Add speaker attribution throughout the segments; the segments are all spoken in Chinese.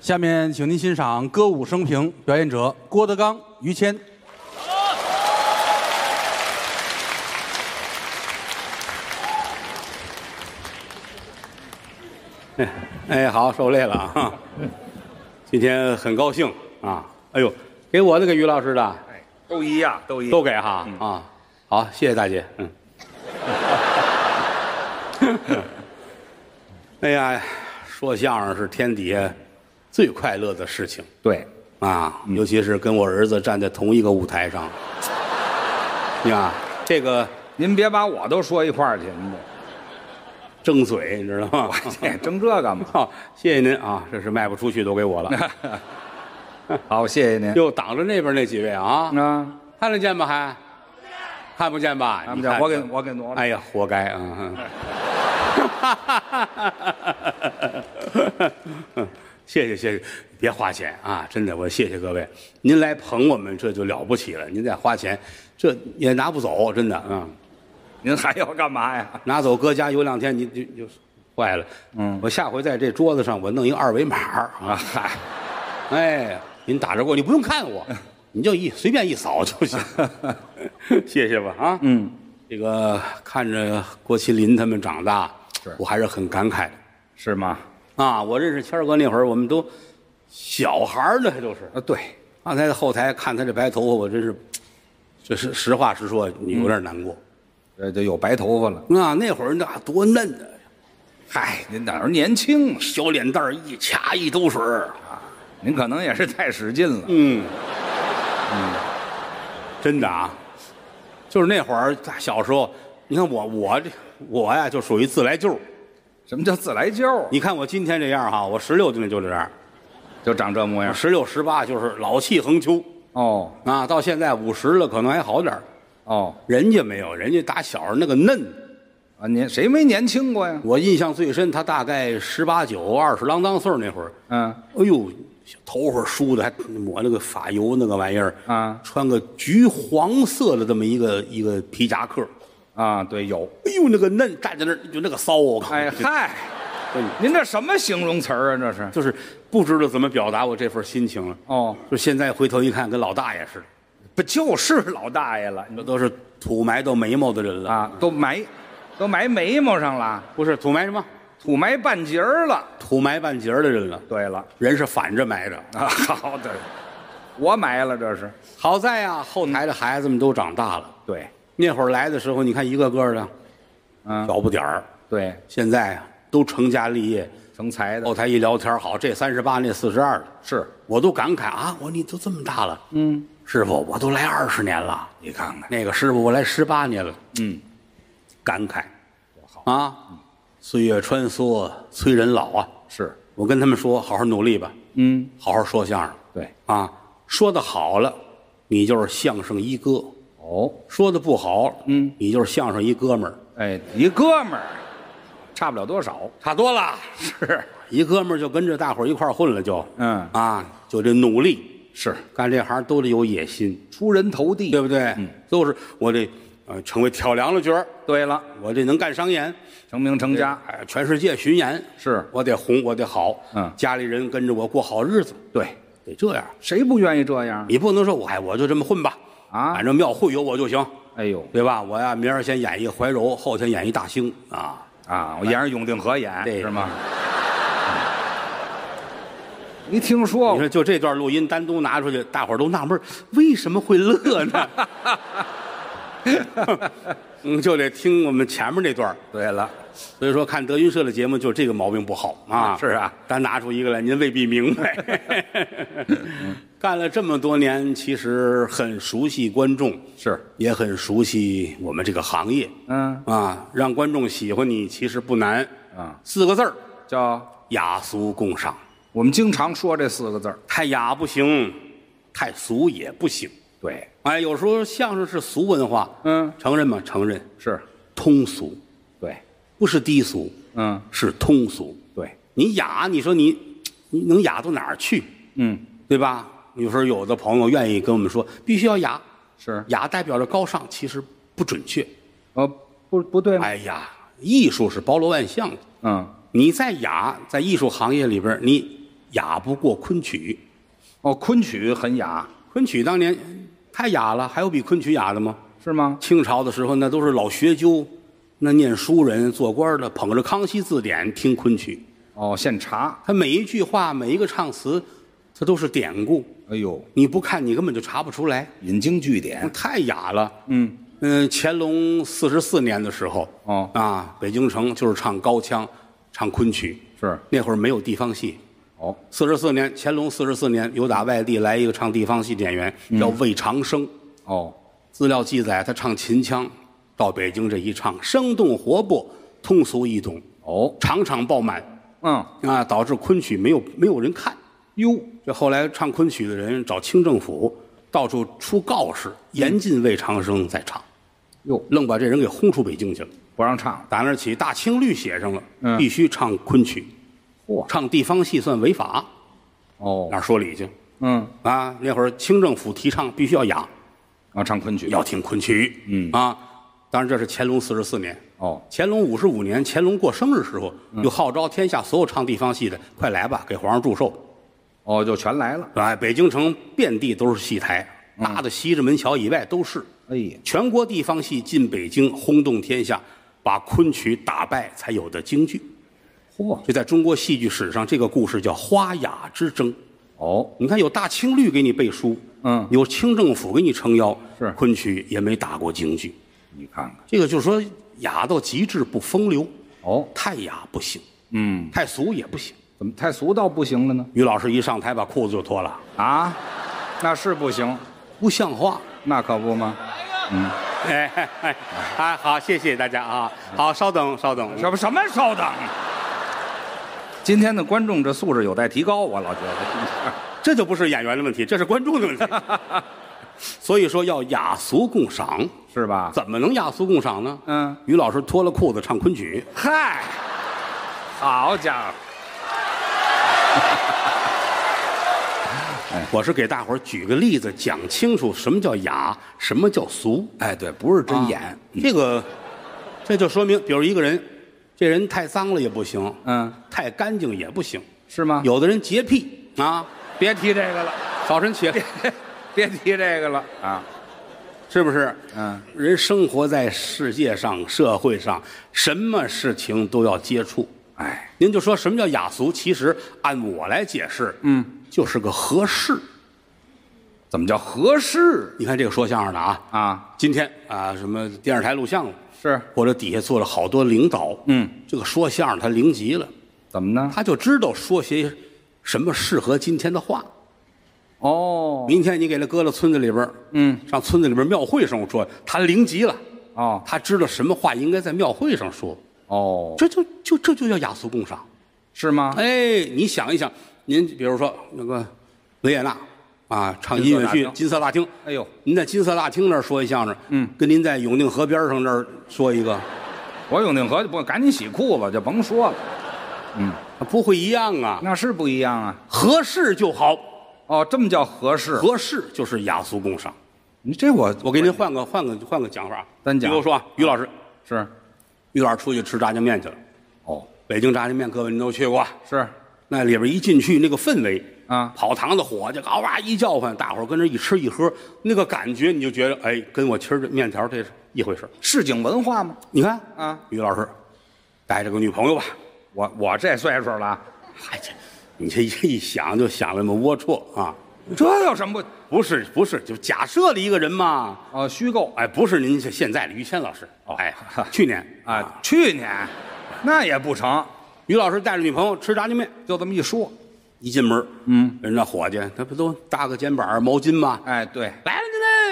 Speaker 1: 下面，请您欣赏歌舞升平，表演者郭德纲、于谦。
Speaker 2: 哎，好，受累了啊！ 今天很高兴啊！哎呦，给我的给于老师的
Speaker 3: 都一样，都一样。
Speaker 2: 都给哈啊！好，谢谢大姐。嗯。 哎呀，说相声是天底下最快乐的事情
Speaker 3: 对，
Speaker 2: 啊，尤其是跟我儿子站在同一个舞台上。 呀，这个
Speaker 3: 您别把我都说一块儿去，您
Speaker 2: 争嘴，你知道 吗？
Speaker 3: 这这争这干嘛？
Speaker 2: 好，谢谢您啊！这是卖不出去都给我了，
Speaker 3: 好，谢谢您。
Speaker 2: 又挡着那边那几位啊。
Speaker 3: 啊，
Speaker 2: 看得见吗？还看不见吧？
Speaker 3: 他
Speaker 2: 你
Speaker 3: 们
Speaker 2: 看
Speaker 3: 家我给我给挪了。
Speaker 2: 哎呀，活该啊！嗯嗯 谢谢谢谢，别花钱啊！真的，我谢谢各位，您来捧我们这就了不起了。您再花钱，这也拿不走，真的啊、嗯！
Speaker 3: 您还要干嘛呀？
Speaker 2: 拿走搁家有两天，你就就坏了。
Speaker 3: 嗯
Speaker 2: 我下回在这桌子上我弄一个二维码 啊！嗨，哎，您打着过，你不用看 我，你就一随便一扫就行。谢谢吧啊！
Speaker 3: 嗯，
Speaker 2: 这个看着郭麒麟他们长大，
Speaker 3: 是
Speaker 2: 我还是很感慨的
Speaker 3: 是吗？
Speaker 2: 啊！我认识谦儿哥那会儿，我们都小孩儿呢，还都是。
Speaker 3: 啊，对，
Speaker 2: 刚才在后台看他这白头发，我真是，这是实话实说，你有点难过。
Speaker 3: 这就有白头发了。
Speaker 2: 啊，那会儿那多嫩啊，
Speaker 3: 嗨，您哪儿年轻啊？
Speaker 2: 小脸蛋儿一掐一兜水儿
Speaker 3: 您可能也是太使劲了。
Speaker 2: 嗯，嗯，真的啊，就是那会儿小时候，你看我我这我呀就属于自来旧儿。
Speaker 3: 什么叫自来娇啊？
Speaker 2: 你看我今天这样哈，我十六岁就这样，
Speaker 3: 就长这模样。
Speaker 2: 十六十八就是老气横秋
Speaker 3: 哦
Speaker 2: 啊，到现在五十了可能还好点儿
Speaker 3: 哦
Speaker 2: 人家没有，人家打小那个嫩。
Speaker 3: 啊，您谁没年轻过呀？
Speaker 2: 我印象最深，他大概十八九、二十郎当岁儿那会儿，
Speaker 3: 嗯，
Speaker 2: 哎呦，头发梳的还抹那个发油那个玩意儿
Speaker 3: 啊
Speaker 2: 穿个橘黄色的这么一个一个皮夹克，
Speaker 3: 啊，对，有。
Speaker 2: 哎呦那个嫩，站在那儿就那个骚，我靠，
Speaker 3: 哎嗨，您这什么形容词儿啊？这 是
Speaker 2: 就是不知道怎么表达我这份心情了。
Speaker 3: 哦，
Speaker 2: 就现在回头一看，跟老大爷似的，
Speaker 3: 不就是老大爷了？
Speaker 2: 这都是土埋到眉毛的人了
Speaker 3: 啊，都埋，都埋眉毛上了，
Speaker 2: 不是土埋什么？
Speaker 3: 土埋半截儿了。
Speaker 2: 土埋半截儿的人了，
Speaker 3: 对了，
Speaker 2: 人是反着埋的。
Speaker 3: 啊，好的，我埋了，这是
Speaker 2: 好在呀、后台的孩子们都长大了。
Speaker 3: 对，
Speaker 2: 那会儿来的时候，你看一个个的
Speaker 3: 嗯，
Speaker 2: 小不点儿，
Speaker 3: 对，
Speaker 2: 现在啊都成家立业。
Speaker 3: 成才的
Speaker 2: 后台一聊天，好，这三十八，那四十二了，
Speaker 3: 哦是，
Speaker 2: 我都感慨啊，我说你都这么大了，
Speaker 3: 嗯，
Speaker 2: 师傅，我都来二十年了。
Speaker 3: 你看看，
Speaker 2: 那个师傅，我来十八年了，
Speaker 3: 嗯，
Speaker 2: 感慨，啊，岁月穿梭催人老啊。
Speaker 3: 是，
Speaker 2: 我跟他们说，好好努力吧，
Speaker 3: 嗯，
Speaker 2: 好好说相声
Speaker 3: 对，
Speaker 2: 啊。说的好了，你就是相声一哥；
Speaker 3: 哦，
Speaker 2: 说的不好，
Speaker 3: 嗯，
Speaker 2: 你就是相声一哥们儿。
Speaker 3: 哎，一哥们儿，差不了多少，
Speaker 2: 差多了，
Speaker 3: 是
Speaker 2: 一哥们儿就跟着大伙儿一块儿混了就，
Speaker 3: 嗯
Speaker 2: 啊，就这努力，
Speaker 3: 是，
Speaker 2: 干这行都得有野心，
Speaker 3: 出人头地
Speaker 2: 对。不对？
Speaker 3: 嗯
Speaker 2: 都是我这呃成为挑梁的角儿，
Speaker 3: 对了，
Speaker 2: 我这能干商演，
Speaker 3: 成名成家，
Speaker 2: 哎，全世界巡演，
Speaker 3: 是
Speaker 2: 我得红，我得好，
Speaker 3: 嗯
Speaker 2: 家里人跟着我过好日子，
Speaker 3: 对，
Speaker 2: 得这样。
Speaker 3: 谁不愿意这样？
Speaker 2: 你不能说我哎，我就这么混吧，
Speaker 3: 啊
Speaker 2: 反正庙会有我就行，
Speaker 3: 哎呦，
Speaker 2: 对吧？我呀，明儿先演一个怀柔，后天演一大兴啊，
Speaker 3: 啊，我沿着永定河演
Speaker 2: 对
Speaker 3: 是吗？没听说
Speaker 2: 你说就这段录音单独拿出去，大伙儿都纳闷儿为什么会乐 呢？ 嗯，就得听我们前面那段儿
Speaker 3: 对了，
Speaker 2: 所以说看德云社的节目，就这个毛病不好啊。
Speaker 3: 是啊，
Speaker 2: 单拿出一个来，您未必明白。 干了这么多年，其实很熟悉观众，
Speaker 3: 是，
Speaker 2: 也很熟悉我们这个行业
Speaker 3: 嗯
Speaker 2: 啊。让观众喜欢你，其实不难。
Speaker 3: 啊，
Speaker 2: 四个字儿：
Speaker 3: 叫
Speaker 2: 雅俗共赏。
Speaker 3: 我们经常说这四个字儿。
Speaker 2: 太雅不行，太俗也不行。
Speaker 3: 对，
Speaker 2: 哎，有时候相声是俗文化，
Speaker 3: 嗯
Speaker 2: 承认吗？承认，
Speaker 3: 是，
Speaker 2: 通俗
Speaker 3: 对，
Speaker 2: 不是低俗，
Speaker 3: 嗯，
Speaker 2: 是通俗。
Speaker 3: 对，
Speaker 2: 你雅，你说你，你能雅到哪儿去，
Speaker 3: 嗯，
Speaker 2: 对吧？有时候有的朋友愿意跟我们说，必须要雅，
Speaker 3: 是，
Speaker 2: 雅代表着高尚，其实不准确。
Speaker 3: 呃，不，不对吗？
Speaker 2: 哎呀，艺术是包罗万象的，
Speaker 3: 嗯，
Speaker 2: 你再雅，在艺术行业里边，你雅不过昆曲。
Speaker 3: 哦，昆曲很雅
Speaker 2: 昆曲当年太雅了，还有比昆曲雅的吗？
Speaker 3: 是吗？
Speaker 2: 清朝的时候，那都是老学究，那念书人、做官的，捧着《康熙字典》听昆曲。
Speaker 3: 哦，现查。
Speaker 2: 他每一句话、每一个唱词，这都是典故，
Speaker 3: 哎呦，
Speaker 2: 你不看你根本就查不出来，
Speaker 3: 引经据典。
Speaker 2: 太雅了。
Speaker 3: 嗯，
Speaker 2: 嗯，乾隆四十四年的时候，
Speaker 3: 哦
Speaker 2: 啊，北京城就是唱高腔，唱昆曲，
Speaker 3: 是。
Speaker 2: 那会儿没有地方戏。
Speaker 3: 哦，
Speaker 2: 四十四年，乾隆四十四年，有打外地来一个唱地方戏的演员，
Speaker 3: 嗯
Speaker 2: 叫魏长生。
Speaker 3: 哦，
Speaker 2: 资料记载，他唱秦腔，到北京这一唱，生动活泼，通俗易懂，
Speaker 3: 哦，
Speaker 2: 场场爆满
Speaker 3: 嗯，
Speaker 2: 啊，导致昆曲没有没有人看。
Speaker 3: 哟，
Speaker 2: 这后来唱昆曲的人找清政府到处出告示，严禁魏长生再唱，
Speaker 3: 哟，
Speaker 2: 愣把这人给轰出北京去了。
Speaker 3: 不让唱。
Speaker 2: 打那儿起，大清律写上了，
Speaker 3: 嗯
Speaker 2: 必须唱昆曲，
Speaker 3: 嚯，
Speaker 2: 唱地方戏算违法，
Speaker 3: 哦
Speaker 2: 哪，儿说理去
Speaker 3: 嗯，
Speaker 2: 啊？那会儿清政府提倡必须要雅，
Speaker 3: 啊，唱昆曲。
Speaker 2: 要听昆曲，嗯啊，当然这是乾隆四十四年，
Speaker 3: 哦，
Speaker 2: 乾隆五十五年，乾隆过生日时候，
Speaker 3: 嗯
Speaker 2: 就号召天下所有唱地方戏的，快来吧，给皇上祝寿。
Speaker 3: 哦，就全来了。
Speaker 2: 哎，北京城遍地都是戏台，
Speaker 3: 嗯
Speaker 2: 大的西直门桥以外都是。
Speaker 3: 哎呀，
Speaker 2: 全国地方戏进北京，轰动天下，把昆曲打败才有的京剧。
Speaker 3: 嚯，
Speaker 2: 就在中国戏剧史上，这个故事叫花雅之争。
Speaker 3: 哦，
Speaker 2: 你看，有大清律给你背书，
Speaker 3: 嗯
Speaker 2: 有清政府给你撑腰，
Speaker 3: 是
Speaker 2: 昆曲也没打过京剧。
Speaker 3: 你看看。
Speaker 2: 这个就是说，雅到极致不风流，
Speaker 3: 哦，
Speaker 2: 太雅不行，
Speaker 3: 嗯，
Speaker 2: 太俗也不行。
Speaker 3: 怎么太俗到不行了呢？
Speaker 2: 于老师一上台把裤子就脱了，
Speaker 3: 啊，那是不行，
Speaker 2: 不像话。
Speaker 3: 那可不吗？
Speaker 2: 哎哎哎， 啊好，谢谢大家啊。好，稍等稍等，
Speaker 3: 这不什么稍等？今天的观众这素质有待提高，我老觉得。
Speaker 2: 这就不是演员的问题，这是观众的问题。 所以说要雅俗共赏，
Speaker 3: 是吧？
Speaker 2: 怎么能雅俗共赏呢？
Speaker 3: 嗯
Speaker 2: 于老师脱了裤子唱昆曲，
Speaker 3: 嗨，好家伙，
Speaker 2: 我是给大伙儿举个例子，讲清楚什么叫雅，什么叫俗。
Speaker 3: 哎，对，不是真演，
Speaker 2: 啊这个，这就说明，比如一个人，这人太脏了也不行，
Speaker 3: 嗯，啊
Speaker 2: 太干净也不行。
Speaker 3: 是吗？，
Speaker 2: 有的人洁癖啊，
Speaker 3: 别提这个了，
Speaker 2: 早晨起来
Speaker 3: 别提这个了啊，
Speaker 2: 是不是？
Speaker 3: 嗯，
Speaker 2: 人生活在世界上、社会上，什么事情都要接触。
Speaker 3: 哎，
Speaker 2: 您就说什么叫雅俗？其实按我来解释，
Speaker 3: 嗯，
Speaker 2: 就是个合适。
Speaker 3: 怎么叫合适
Speaker 2: 你看这个说相声的啊，
Speaker 3: 啊？
Speaker 2: 今天啊，什么电视台录像了，
Speaker 3: 是
Speaker 2: 或者底下坐了好多领导，
Speaker 3: 嗯，
Speaker 2: 这个说相声他灵极了，
Speaker 3: 怎么呢？
Speaker 2: 他就知道说些什么适合今天的话。
Speaker 3: 哦，
Speaker 2: 明天你给他搁到村子里边，
Speaker 3: 嗯，
Speaker 2: 上村子里边庙会上说，他灵极了，
Speaker 3: 哦，
Speaker 2: 他知道什么话应该在庙会上说，
Speaker 3: 哦，
Speaker 2: 这就就这就叫雅俗共赏。
Speaker 3: 是吗？
Speaker 2: 哎，你想一想，您比如说那个维也纳啊，唱
Speaker 3: 金色
Speaker 2: 音乐
Speaker 3: 大
Speaker 2: 剧
Speaker 3: 厅
Speaker 2: 《金色大厅》，
Speaker 3: 哎呦，
Speaker 2: 您在金色大厅那儿说一相声，
Speaker 3: 嗯，
Speaker 2: 跟您在永定河边上那儿说一个，
Speaker 3: 我永定河不赶紧洗裤子，就甭说了，
Speaker 2: 不会一样啊。
Speaker 3: 那是不一样啊。
Speaker 2: 合适就好，
Speaker 3: 哦，这么叫合适？
Speaker 2: 合适就是雅俗共赏。
Speaker 3: 你这我
Speaker 2: 我给您换个换个换个讲法，
Speaker 3: 单讲
Speaker 2: 比如说啊，于老师，
Speaker 3: 是，
Speaker 2: 于老师出去吃炸酱面去了，
Speaker 3: 哦，
Speaker 2: 北京炸酱面，各位您都去过啊，
Speaker 3: 是
Speaker 2: 那里边一进去那个氛围
Speaker 3: 啊
Speaker 2: 跑堂的火就嗷哇一叫唤，大伙儿跟着一吃一喝，那个感觉你就觉得哎，跟我吃这面条这是一回事儿。
Speaker 3: 市井文化吗？
Speaker 2: 你看
Speaker 3: 啊，
Speaker 2: 于老师带着个女朋友吧，
Speaker 3: 我我这岁数了，
Speaker 2: 嗨、这你这一想就想那么龌龊啊！
Speaker 3: 这有什么不？
Speaker 2: 不是不是，就假设了一个人嘛。
Speaker 3: 哦，虚构
Speaker 2: 哎，不是您现现在的于谦老师，哎，去年
Speaker 3: 啊，，去年那也不成，
Speaker 2: 于老师带着女朋友吃炸酱面，
Speaker 3: 就这么一说。
Speaker 2: 一进门，嗯，人那伙计他不都搭个肩膀毛巾吗？
Speaker 3: 哎，对，
Speaker 2: 来了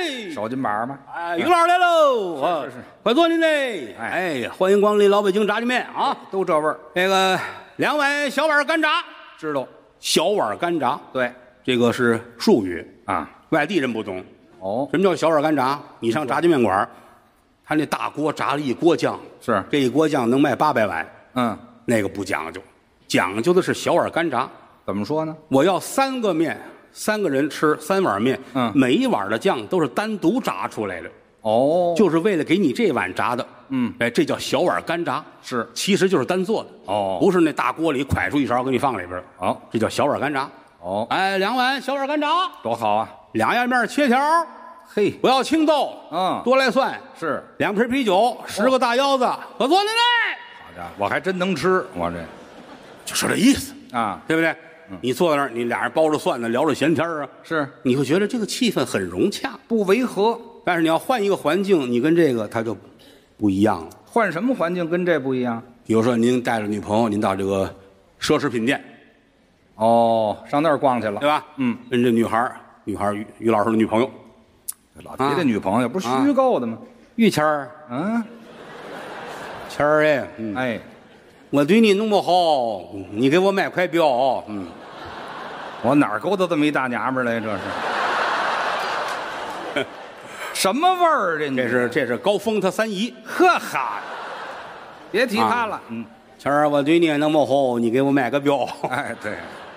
Speaker 2: 您嘞，
Speaker 3: 手巾板儿吗？
Speaker 2: 哎，于老师来喽，啊
Speaker 3: 是是是
Speaker 2: 快坐您嘞，哎，欢迎光临老北京炸酱面啊，
Speaker 3: 都这味儿，
Speaker 2: 这个两碗小碗干炸，
Speaker 3: 知道？
Speaker 2: 小碗干炸，
Speaker 3: 对
Speaker 2: 这个是术语，
Speaker 3: 啊，
Speaker 2: 外地人不懂，
Speaker 3: 哦，
Speaker 2: 什么叫小碗干炸？你上炸酱面馆儿，他那大锅炸了一锅酱，
Speaker 3: 是
Speaker 2: 这一锅酱能卖八百碗。
Speaker 3: 嗯，
Speaker 2: 那个不讲究，讲究的是小碗干炸。
Speaker 3: 怎么说呢？
Speaker 2: 我要三个面，三个人吃三碗面，
Speaker 3: 嗯
Speaker 2: 每一碗的酱都是单独炸出来的，
Speaker 3: 哦，
Speaker 2: 就是为了给你这碗炸的。嗯，哎，这叫小碗干炸，
Speaker 3: 是
Speaker 2: 其实就是单做的
Speaker 3: 哦
Speaker 2: 不是那大锅里㧟出一勺给你放里边儿
Speaker 3: 哦
Speaker 2: 这叫小碗干炸。
Speaker 3: 哦
Speaker 2: 哎，两碗小碗干炸，
Speaker 3: 多好啊！
Speaker 2: 两样面切条，
Speaker 3: 嘿，
Speaker 2: 不要青豆，
Speaker 3: 嗯
Speaker 2: 多来蒜，
Speaker 3: 是，
Speaker 2: 两瓶啤酒，十个大腰子，我做你嘞，
Speaker 3: 好家伙，我还真能吃，我这
Speaker 2: 就是这意思，
Speaker 3: 啊
Speaker 2: 对不对？你坐在那儿，你俩人包着蒜呢，聊着闲天儿啊，
Speaker 3: 是
Speaker 2: 你会觉得这个气氛很融洽。
Speaker 3: 不违和。
Speaker 2: 但是你要换一个环境，你跟这个它就不一样了。
Speaker 3: 换什么环境跟这不一样？
Speaker 2: 比如说，您带着女朋友，您到这个奢侈品店，
Speaker 3: 哦，上那儿逛去了，
Speaker 2: 对吧？
Speaker 3: 嗯，
Speaker 2: 人这女孩儿，女孩儿于于老师的女朋友
Speaker 3: 老提这女朋友不是虚构的吗？
Speaker 2: 于谦儿，
Speaker 3: 嗯，
Speaker 2: 谦儿哎，嗯，
Speaker 3: 哎，
Speaker 2: 我对你那么好，你给我买块表，嗯，
Speaker 3: 我哪儿勾搭这么一大娘们儿来？这是 什么味儿？啊这女
Speaker 2: 这是这是高峰他三姨，
Speaker 3: 呵哈，别提她
Speaker 2: 啊
Speaker 3: 了。嗯，
Speaker 2: 谦儿，我对你那么好，你给我买个 表，
Speaker 3: 哎，对，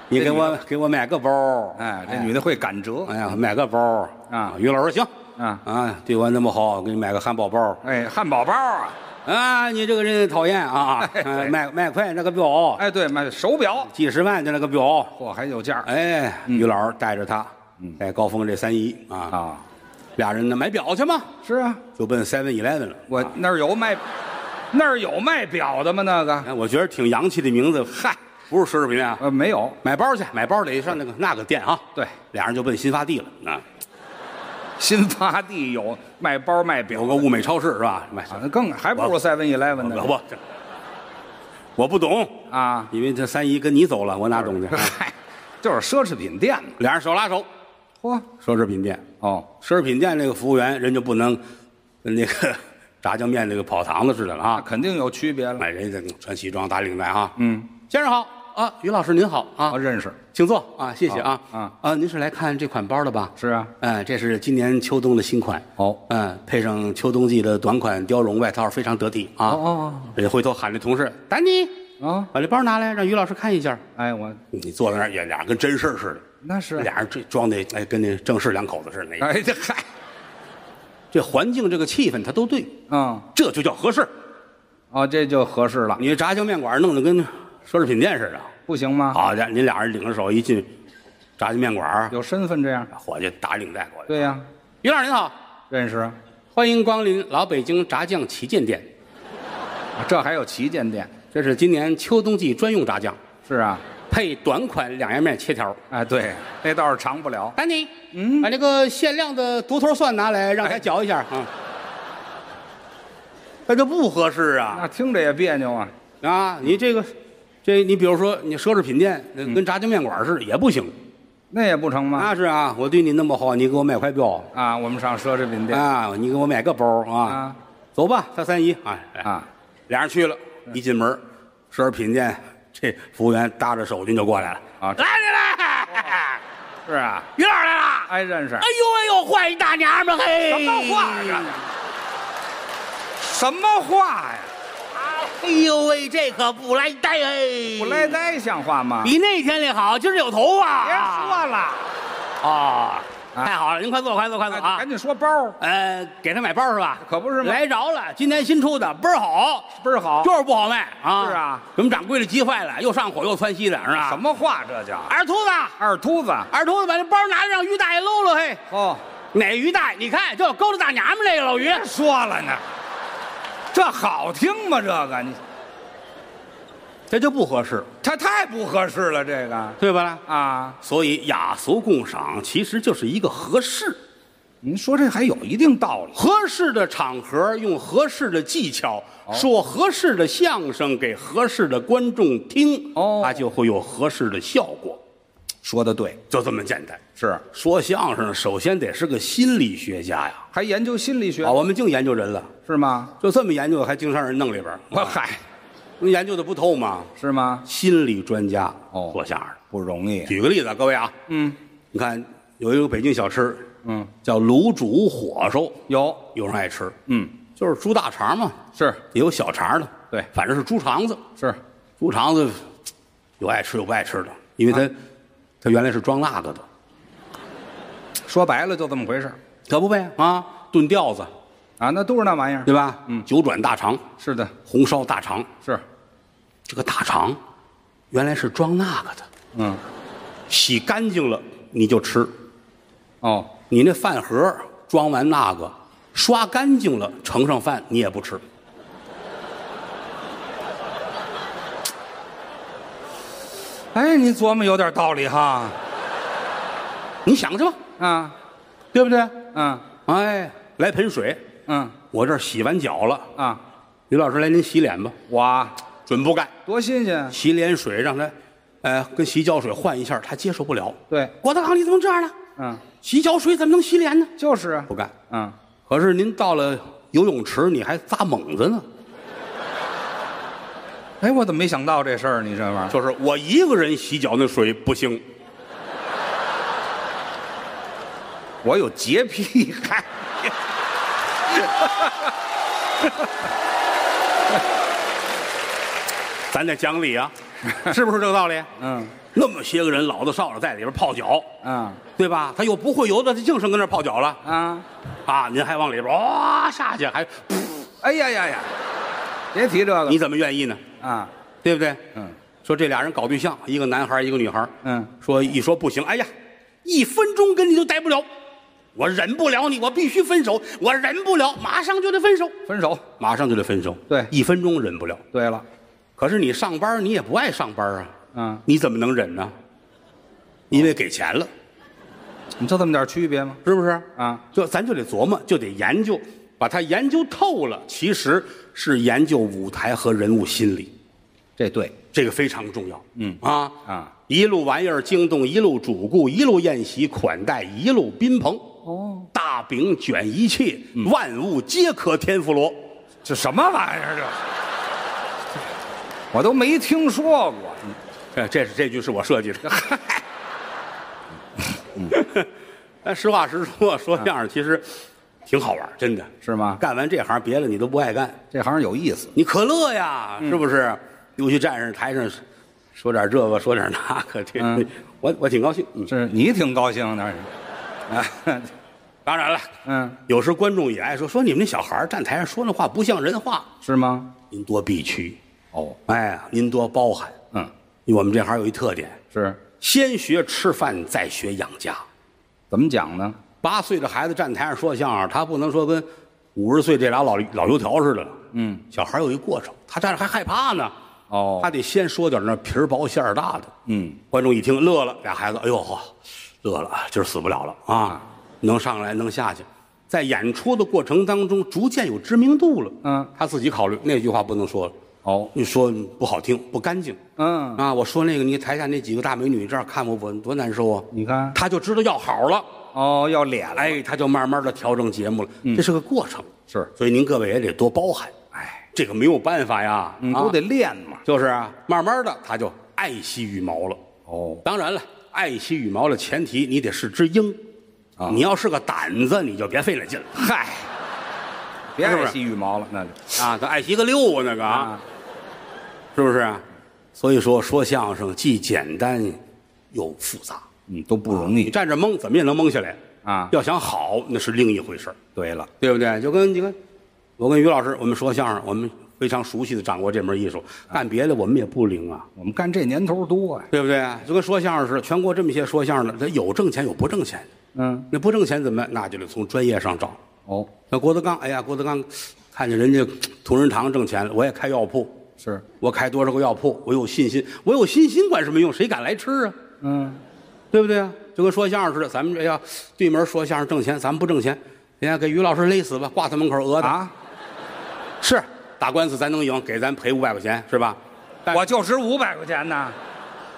Speaker 2: 你给
Speaker 3: 这女
Speaker 2: 我给我买个包，
Speaker 3: 哎，这女的会赶折。
Speaker 2: 哎呀，买个包
Speaker 3: 啊
Speaker 2: 于老师行，
Speaker 3: 啊
Speaker 2: 啊，对我那么好，给你买个汉堡包
Speaker 3: 哎，汉堡包啊，
Speaker 2: 啊，你这个人讨厌 啊，
Speaker 3: 哎
Speaker 2: 哎
Speaker 3: 对
Speaker 2: 卖卖块那个表，
Speaker 3: 哎，对，买手表，
Speaker 2: 几十万的那个表，
Speaker 3: 嚯，还有价儿
Speaker 2: 哎，于老师带着他，带高峰这三姨啊，
Speaker 3: 啊！
Speaker 2: 俩人呢买表去嘛，
Speaker 3: 是啊，
Speaker 2: 就奔 Seven Eleven 了。
Speaker 3: 我那儿有卖，那儿有卖表的吗？那个
Speaker 2: 哎，我觉得挺洋气的名字，嗨，不是奢侈品啊，
Speaker 3: 呃，没有。
Speaker 2: 买包去，买包得上那个那个店啊。
Speaker 3: 对，
Speaker 2: 俩人就奔新发地了啊，
Speaker 3: 新发地有卖包卖表
Speaker 2: 有个物美超市是吧？买
Speaker 3: 啊，那更还不如 Seven Eleven 呢。
Speaker 2: 我不，我不懂，
Speaker 3: 啊，
Speaker 2: 因为这三姨跟你走了，我哪懂去？
Speaker 3: 嗨，就是奢侈品店嘛。
Speaker 2: 俩人手拉手，
Speaker 3: 嚯，
Speaker 2: 奢侈品店，
Speaker 3: 哦，
Speaker 2: 奢侈品店那个服务员人就不能跟那个 炸酱面那个跑堂子似的了
Speaker 3: 那
Speaker 2: 啊，
Speaker 3: 肯定有区别了。
Speaker 2: 哎，人家穿西装打领带啊，
Speaker 3: 嗯，
Speaker 2: 先生好啊，于老师您好啊
Speaker 3: 我，哦认识。
Speaker 2: 请坐啊，谢谢啊
Speaker 3: 啊
Speaker 2: 啊，您是来看这款包的吧？
Speaker 3: 是啊，
Speaker 2: 嗯，这是今年秋冬的新款。
Speaker 3: 哦
Speaker 2: 嗯，配上秋冬季的短款貂绒外套，非常得体啊。
Speaker 3: 哦哦
Speaker 2: 人家回头喊这同事丹尼，
Speaker 3: 哦，啊，
Speaker 2: 把这包拿来，让于老师看一下。
Speaker 3: 哎，我
Speaker 2: 你坐在那儿，也俩人跟真事儿似的。
Speaker 3: 那是啊
Speaker 2: 俩人这装的，哎，跟那正式两口子似的。哎，
Speaker 3: 哎，这嗨，
Speaker 2: 这环境、这个气氛，他都对，
Speaker 3: 嗯，
Speaker 2: 这就叫合适。
Speaker 3: 哦，这就合适了，
Speaker 2: 你这炸酱面馆弄得跟奢侈品店似的。
Speaker 3: 不行吗？
Speaker 2: 好家伙，您俩人领着手一进炸酱面馆儿，
Speaker 3: 有身份这样。
Speaker 2: 伙计打领带过来。
Speaker 3: 对呀，
Speaker 2: 于老师您好，
Speaker 3: 认识啊。
Speaker 2: 欢迎光临老北京炸酱旗舰店。
Speaker 3: 啊这还有旗舰店。
Speaker 2: 这是今年秋冬季专用炸酱，
Speaker 3: 是啊，
Speaker 2: 配短款两样面切条。
Speaker 3: 哎，对，那倒是长不了。
Speaker 2: 丹尼，
Speaker 3: 嗯
Speaker 2: 把那个限量的独头蒜拿来，让他嚼一下啊。那就哎不合适啊
Speaker 3: 那听着也别扭啊。
Speaker 2: 啊！你这个，这你比如说你奢侈品店，那跟炸酱面馆似的也不行。
Speaker 3: 那也不成吗？
Speaker 2: 那是嗯啊，我对你那么好，你给我买块表
Speaker 3: 啊，我们上奢侈品店
Speaker 2: 啊，你给我买个包啊。
Speaker 3: 啊
Speaker 2: 走吧，他三姨啊啊，
Speaker 3: 啊，嗯
Speaker 2: 俩人去了，一进门，奢侈品店这服务员搭着手巾就过来了
Speaker 3: 啊
Speaker 2: 来来来，
Speaker 3: 是啊，
Speaker 2: 于老师来了。
Speaker 3: 哎，认识
Speaker 2: 哎。呦哎呦，换一大娘们儿嘿！
Speaker 3: 什么话啊呀？什么话呀？
Speaker 2: 哎呦喂，这可不来呆哎！
Speaker 3: 不赖呆像话吗？别
Speaker 2: 比那天里好，今儿有头
Speaker 3: 哎
Speaker 2: 发。
Speaker 3: 说了，
Speaker 2: 啊！太好了，您快坐，快坐，快坐
Speaker 3: 哎
Speaker 2: 啊
Speaker 3: 赶！紧说包
Speaker 2: 呃，给他买包是吧？
Speaker 3: 可不是吗
Speaker 2: 来着了，今年新出的，倍儿好，
Speaker 3: 倍儿好。
Speaker 2: 就是不好卖啊！
Speaker 3: 是啊，
Speaker 2: 给我们掌柜的急坏了，又上火又窜稀的，是吧？
Speaker 3: 什？么话这叫？
Speaker 2: 二秃子，
Speaker 3: 二秃子
Speaker 2: 二秃子把这包拿着，让于大爷搂搂嘿。
Speaker 3: 哦，
Speaker 2: 哪于大爷？你看，就勾搭大娘们儿那个老于。
Speaker 3: 说了呢，这好听吗？这个你
Speaker 2: 这就不合适，
Speaker 3: 他太不合适了，这个
Speaker 2: 对吧？
Speaker 3: 啊，
Speaker 2: 所以雅俗共赏其实就是一个合适、
Speaker 3: 您说这还有一定道理。
Speaker 2: 合适的场合，用合适的技巧、说合适的相声给合适的观众听，
Speaker 3: 哦
Speaker 2: 它就会有合适的效果，
Speaker 3: 说的对，
Speaker 2: 就这么简单。
Speaker 3: 是
Speaker 2: 说相声首先得是个心理学家呀，
Speaker 3: 还研究心理学
Speaker 2: 啊，我们净研究人了，
Speaker 3: 是吗？
Speaker 2: 就这么研究还经上人弄里边儿，
Speaker 3: 我嗨，
Speaker 2: 研究的不透吗？
Speaker 3: 是吗？
Speaker 2: 心理专家
Speaker 3: 哦
Speaker 2: 做相声的。
Speaker 3: 不容易。
Speaker 2: 举个例子啊，各位啊，
Speaker 3: 嗯
Speaker 2: 你看有一个北京小吃，
Speaker 3: 嗯，
Speaker 2: 叫卤煮火烧，
Speaker 3: 有，
Speaker 2: 有人爱吃，
Speaker 3: 嗯，
Speaker 2: 就是猪大肠嘛，
Speaker 3: 是
Speaker 2: 也有小肠的，
Speaker 3: 对
Speaker 2: 反正是猪肠子，
Speaker 3: 是，
Speaker 2: 猪肠子有爱吃有不爱吃的，因为它、它原来是装那个的，
Speaker 3: 说白了就这么回事儿
Speaker 2: 可不呗啊，炖吊子，
Speaker 3: 啊，那都是那玩意儿。
Speaker 2: 对吧？嗯，九转大肠，
Speaker 3: 是的，
Speaker 2: 红烧大肠，
Speaker 3: 是，
Speaker 2: 这个大肠原来是装那个的，
Speaker 3: 嗯，
Speaker 2: 洗干净了你就吃，
Speaker 3: 哦，
Speaker 2: 你那饭盒装完那个，刷干净了盛上饭你也不吃。
Speaker 3: 哎，你琢磨有点道理哈。
Speaker 2: 你想去吧，
Speaker 3: 啊，
Speaker 2: 对不对？
Speaker 3: 嗯
Speaker 2: 哎，来盆水，
Speaker 3: 嗯
Speaker 2: 我这儿洗完脚了，
Speaker 3: 啊，
Speaker 2: 于老师来您洗脸吧，
Speaker 3: 哇，
Speaker 2: 准不干，
Speaker 3: 多新鲜！
Speaker 2: 洗脸水让他，呃，跟洗脚水换一下，他接受不了。
Speaker 3: 对，
Speaker 2: 郭德纲，你怎么这样呢？
Speaker 3: 嗯，
Speaker 2: 洗脚水怎么能洗脸呢？
Speaker 3: 就是啊
Speaker 2: 不，干。
Speaker 3: 嗯，
Speaker 2: 可是您到了游泳池，你还扎猛子呢。
Speaker 3: 哎，我怎么没想到这事儿？你这玩意儿，
Speaker 2: 就是我一个人洗脚，那水不行。
Speaker 3: 我有洁癖，嗨，
Speaker 2: 咱得讲理啊，是不是这个道理？
Speaker 3: 嗯
Speaker 2: 那么些个人，老的少的，在里边泡脚，
Speaker 3: 啊
Speaker 2: 对吧？他又不会游的，他净剩跟那儿泡脚了
Speaker 3: 啊，
Speaker 2: 啊！您还往里边哇、下去，还噗
Speaker 3: 哎呀呀呀，别提这个
Speaker 2: 你怎么愿意呢？
Speaker 3: 啊，
Speaker 2: 对不对？
Speaker 3: 嗯
Speaker 2: 说这俩人搞对象，一个男孩，一个女孩。
Speaker 3: 嗯，
Speaker 2: 说一说不行，哎呀，一分钟跟你都待不了，我忍不了你，我必须分手，我忍不了，马上就得分手，
Speaker 3: 分手。
Speaker 2: 马上就得分手。
Speaker 3: 对
Speaker 2: 一分钟忍不了。
Speaker 3: 对了，
Speaker 2: 可是你上班，你也不爱上班啊，
Speaker 3: 嗯，
Speaker 2: 你怎么能忍呢？因为给钱了，
Speaker 3: 你就这么点区别吗？
Speaker 2: 是不是？
Speaker 3: 啊，
Speaker 2: 就咱就得琢磨，就得研究，把它研究透了。其实是研究舞台和人物心理，
Speaker 3: 这对，
Speaker 2: 这个非常重要。嗯啊
Speaker 3: 啊，
Speaker 2: 一路玩意儿惊动，一路主顾，一路宴席款待，一路宾朋。
Speaker 3: 哦，
Speaker 2: 大饼卷一切，万物皆可天妇罗。
Speaker 3: 这什么玩意儿这？我都没听说过。
Speaker 2: 哎，这是这句是我设计 的。咱哎实话实说，说相声其实挺好玩儿，真的
Speaker 3: 是吗
Speaker 2: 干完这行，别的你都不爱干，
Speaker 3: 这行有意思，
Speaker 2: 你可乐呀，
Speaker 3: 嗯
Speaker 2: 是不是？尤其站上台上，说点这个，说点那个，这、
Speaker 3: 嗯
Speaker 2: 我我挺高兴。嗯，
Speaker 3: 这你挺高兴的，啊，
Speaker 2: 当然了，
Speaker 3: 嗯，
Speaker 2: 有时观众也爱说说你们那小孩儿站台上说那话不像人话，
Speaker 3: 是吗？
Speaker 2: 您多避屈，
Speaker 3: 哦，
Speaker 2: 哎呀，您多包涵。
Speaker 3: 嗯，
Speaker 2: 因为我们这行有一特点，
Speaker 3: 是，
Speaker 2: 先学吃饭，再学养家。
Speaker 3: 怎么讲呢？
Speaker 2: 八岁的孩子站台上说相声，他不能说跟五十岁这俩老老油条似的。
Speaker 3: 嗯，
Speaker 2: 小孩有一过程，他站着还害怕呢。
Speaker 3: 哦
Speaker 2: 他得先说点那皮儿薄馅儿大的。
Speaker 3: 嗯，
Speaker 2: 观众一听乐了，俩孩子，哎呦呵，乐了，今儿死不了了啊！能上来能下去，在演出的过程当中，逐渐有知名度了。
Speaker 3: 嗯，
Speaker 2: 他自己考虑那句话不能说了，
Speaker 3: 哦，
Speaker 2: 你说不好听，不干净。
Speaker 3: 嗯，
Speaker 2: 啊，我说那个，你台下那几个大美女这样看我，我多难受啊！
Speaker 3: 你看
Speaker 2: 他就知道要好了，
Speaker 3: 哦，要脸了，
Speaker 2: 哎，他就慢慢的调整节目了，这是个过程，
Speaker 3: 嗯是，
Speaker 2: 所以您各位也得多包涵，
Speaker 3: 哎，
Speaker 2: 这个没有办法呀，
Speaker 3: 你
Speaker 2: 啊
Speaker 3: 嗯都得练嘛。
Speaker 2: 就是啊，慢慢的他就爱惜羽毛了。
Speaker 3: 哦，
Speaker 2: 当然了，爱惜羽毛的前提你得是只鹰，
Speaker 3: 啊
Speaker 2: 你要是个胆子，你就别费那劲了
Speaker 3: 嗨，别
Speaker 2: 是不
Speaker 3: 爱
Speaker 2: 是
Speaker 3: 惜羽毛了，那就
Speaker 2: 啊，他爱惜个六啊那个啊，
Speaker 3: 啊，
Speaker 2: 是不是啊？所以说说相声既简单又复杂，
Speaker 3: 嗯，都不容
Speaker 2: 你
Speaker 3: 易
Speaker 2: 站着蒙怎么也能蒙下来
Speaker 3: 啊。
Speaker 2: 要想好那是另一回事儿。
Speaker 3: 对了，
Speaker 2: 对不对？就跟你看，我跟于老师，我们说相声，我们非常熟悉的掌握这门艺术，干别的我们也不灵啊，
Speaker 3: 我们干这年头多呀，
Speaker 2: 对不对？就跟说相声似的，全国这么些说相声的，他有挣钱有不挣钱的，
Speaker 3: 嗯，
Speaker 2: 那不挣钱怎么办？那就得从专业上找。
Speaker 3: 哦，
Speaker 2: 那郭德纲，哎呀，郭德纲，看见人家同仁堂挣钱了，我也开药铺，
Speaker 3: 是，
Speaker 2: 我开多少个药铺，我有信心，我有信心管什么用？谁敢来吃啊？
Speaker 3: 嗯，
Speaker 2: 对不对啊？就跟说相声似的，咱们这要对门说相声挣钱，咱们不挣钱，人家给于老师勒死吧，挂他门口讹他。
Speaker 3: 啊，
Speaker 2: 是打官司咱能赢，给咱赔五百块钱是吧？但
Speaker 3: 我就值五百块钱呢，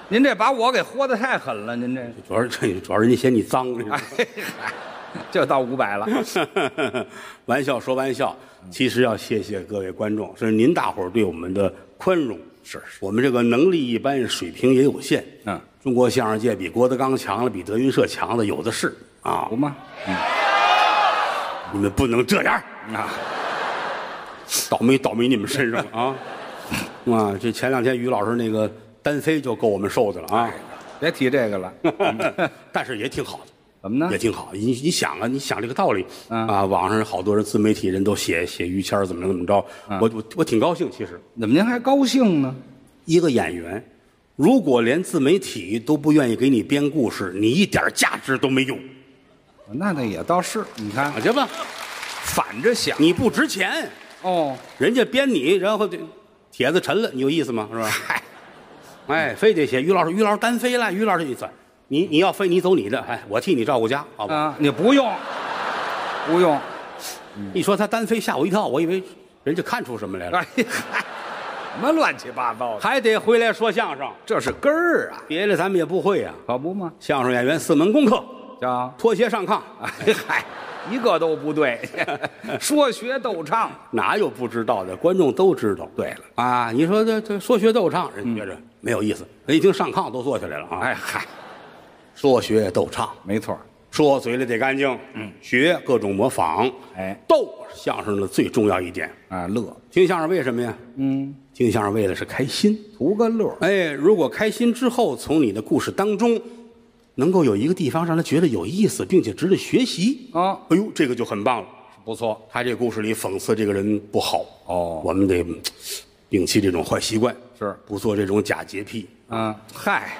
Speaker 3: 您这把我给豁得太狠了，您这，
Speaker 2: 主要是 这主要人家嫌你脏，
Speaker 3: 哎，就到五百了，
Speaker 2: 玩笑说玩笑，其实要谢谢各位观众，是您大伙儿对我们的宽容。是我们这个能力一般，水平也有限。
Speaker 3: 嗯，
Speaker 2: 中国相声界比郭德纲强了，比德云社强了，有的是啊
Speaker 3: 不！吗？
Speaker 2: 你们不能这样，
Speaker 3: 啊，
Speaker 2: 倒霉倒霉你们身上了啊！ 啊，这前两天于老师那个单飞就够我们受的了啊！
Speaker 3: 别提这个了，
Speaker 2: 嗯 但是也挺好的，
Speaker 3: 怎么呢
Speaker 2: 也？挺好。你你想啊，你想这个道理、
Speaker 3: 嗯
Speaker 2: 啊，网上好多人自媒体人都写写于谦儿怎么着怎么着，
Speaker 3: 啊
Speaker 2: 我我我挺高兴。其实
Speaker 3: 怎么您还高兴呢？
Speaker 2: 一个演员，如果连自媒体都不愿意给你编故事，你一点价值都没有。
Speaker 3: 那那也倒是，你看
Speaker 2: 啊，去吧，
Speaker 3: 反着想
Speaker 2: 你不值钱，
Speaker 3: 哦，
Speaker 2: 人家编你，然后这帖子沉了，你有意思吗？是吧？
Speaker 3: 嗨，
Speaker 2: 哎，非得写于老师，于老师单飞了，于老师你算，你你要飞你走你的，哎，我替你照顾家，好吧？
Speaker 3: 啊，你不用，不用，
Speaker 2: 一说他单飞吓我一跳，我以为人家看出什么来了，
Speaker 3: 哎呀，嗨什么乱七八糟的，
Speaker 2: 还得回来说相声，
Speaker 3: 这是根儿啊，
Speaker 2: 别的咱们也不会呀、
Speaker 3: 可不吗？
Speaker 2: 相声演员四门功课：
Speaker 3: 叫
Speaker 2: 脱鞋上炕，
Speaker 3: 哎嗨，一个都不对， 说学逗唱，
Speaker 2: 哪有不知道的？观众都知道。
Speaker 3: 对了
Speaker 2: 啊，你说这这说学逗唱，人觉着没有意思，人一听上炕都坐下来了啊。
Speaker 3: 哎，嗨，
Speaker 2: 说学逗唱，
Speaker 3: 没错儿，
Speaker 2: 说嘴里得干净，嗯，学各种模仿，
Speaker 3: 哎，
Speaker 2: 逗相声的最重要一点。
Speaker 3: 啊乐，
Speaker 2: 听相声为什么呀？
Speaker 3: 嗯，
Speaker 2: 听相声为的是开心。
Speaker 3: 图个乐儿，
Speaker 2: 哎，如果开心之后，从你的故事当中，能够有一个地方让他觉得有意思，并且值得学习
Speaker 3: 啊
Speaker 2: 哎呦，这个就很棒了。
Speaker 3: 不错，
Speaker 2: 他这故事里讽刺这个人不好
Speaker 3: 哦
Speaker 2: 我们得嗯摒弃这种坏习惯，
Speaker 3: 是
Speaker 2: 不做这种假洁癖，
Speaker 3: 嗯，嗨，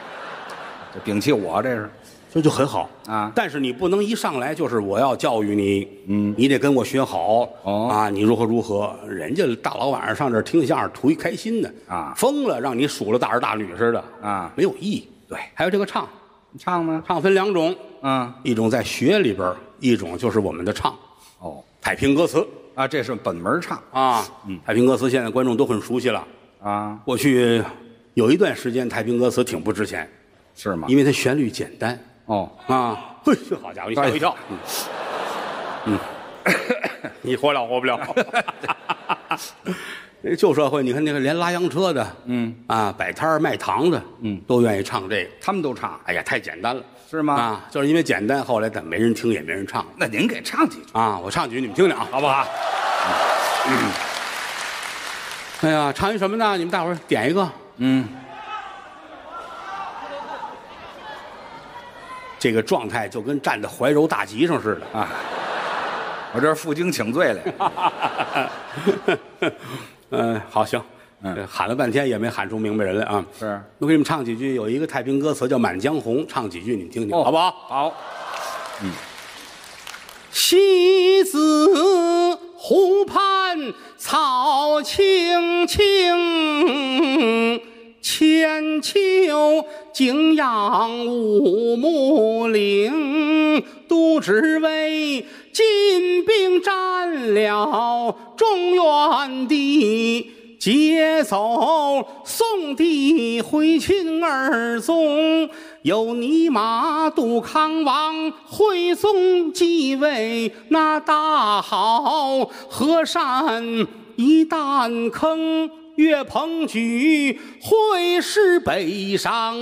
Speaker 3: 这摒弃我这是，
Speaker 2: 这就很好
Speaker 3: 啊
Speaker 2: 但是你不能一上来就是我要教育你，嗯，你得跟我学好
Speaker 3: 哦
Speaker 2: 啊，你如何如何？人家大老晚上上这儿听相声，图一开心的
Speaker 3: 啊
Speaker 2: 疯了让你数落大儿大女似的
Speaker 3: 啊
Speaker 2: 没有意义。
Speaker 3: 对
Speaker 2: 还有这个唱，
Speaker 3: 唱呢，
Speaker 2: 唱分两种，
Speaker 3: 嗯，
Speaker 2: 一种在学里边儿，一种就是我们的唱，
Speaker 3: 哦，
Speaker 2: 太平歌词
Speaker 3: 啊，这是本门唱
Speaker 2: 啊，太平歌词现在观众都很熟悉了。
Speaker 3: 啊，
Speaker 2: 过去有一段时间，太平歌词挺不值钱，
Speaker 3: 是吗？
Speaker 2: 因为它旋律简单
Speaker 3: 哦，
Speaker 2: 啊。嘿，好家伙，你吓我一跳！嗯， 嗯你活了活不 了。旧社会，你看那个连拉洋车的，嗯啊，摆摊儿卖糖的，嗯，都愿意唱这个。
Speaker 3: 他们都唱，
Speaker 2: 哎呀，太简单了，
Speaker 3: 是吗
Speaker 2: 啊，就是因为简单，后来但没人听，也没人唱了
Speaker 3: 那您给唱几句，
Speaker 2: 啊。我唱几句你们听听啊，好不好？嗯哎呀，唱一什么呢？你们大伙儿点一个。
Speaker 3: 嗯，
Speaker 2: 这个状态就跟站在怀柔大集上似
Speaker 3: 啊，我这是负荆请罪来，
Speaker 2: 的。嗯，好，行，嗯，喊了半天也没喊出明白人来啊。
Speaker 3: 是
Speaker 2: 我给你们唱几句，有一个太平歌词叫《满江红》，唱几句你们听听，
Speaker 3: 哦
Speaker 2: 好不好？
Speaker 3: 好，
Speaker 2: 西子湖畔草青青，千秋景仰五木岭。都只为金兵占了中原地，劫走宋帝回秦二宗，有尼玛杜康王徽宗继位，那大好河山一旦坑。岳鹏举会师北上，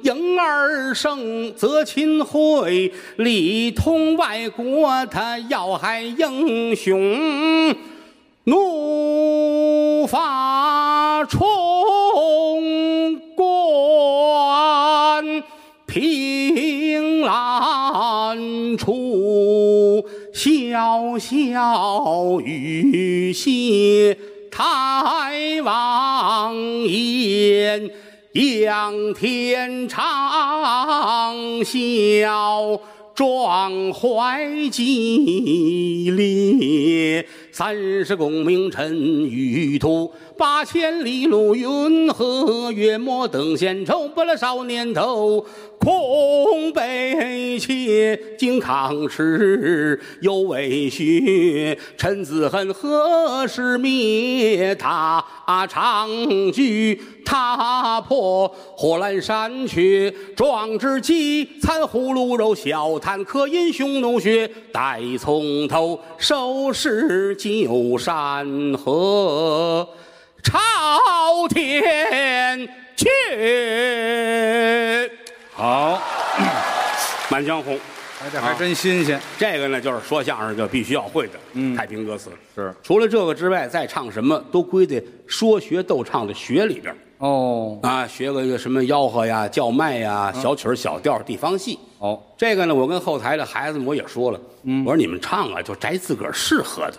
Speaker 2: 迎二圣则亲会，里通外国他要害英雄，怒发冲冠，凭栏处潇潇雨歇，抬望眼。仰天长啸，壮怀激烈。三十功名尘与土，八千里路云和月。莫等闲愁，不了少年头。空悲切，靖康耻，犹未雪。臣子恨，何时灭？他长居踏破火阑山缺，壮志饥，餐葫芦肉，笑谈客因匈奴血。待从头，收拾旧山河。朝天阙，《
Speaker 3: 好，
Speaker 2: 满江红》
Speaker 3: 哎，这还真新鲜，
Speaker 2: 这个呢，就是说相声就必须要会的，
Speaker 3: 嗯
Speaker 2: 太平歌词
Speaker 3: 是
Speaker 2: 除了这个之外，再唱什么都归在说学逗唱的学里边儿。
Speaker 3: 哦
Speaker 2: 啊，学个什么吆喝呀、叫卖呀、
Speaker 3: 嗯
Speaker 2: 小曲儿、小调儿、地方戏。
Speaker 3: 哦，
Speaker 2: 这个呢，我跟后台的孩子们我也说了，
Speaker 3: 嗯
Speaker 2: 我说你们唱啊，就摘自个儿适合的，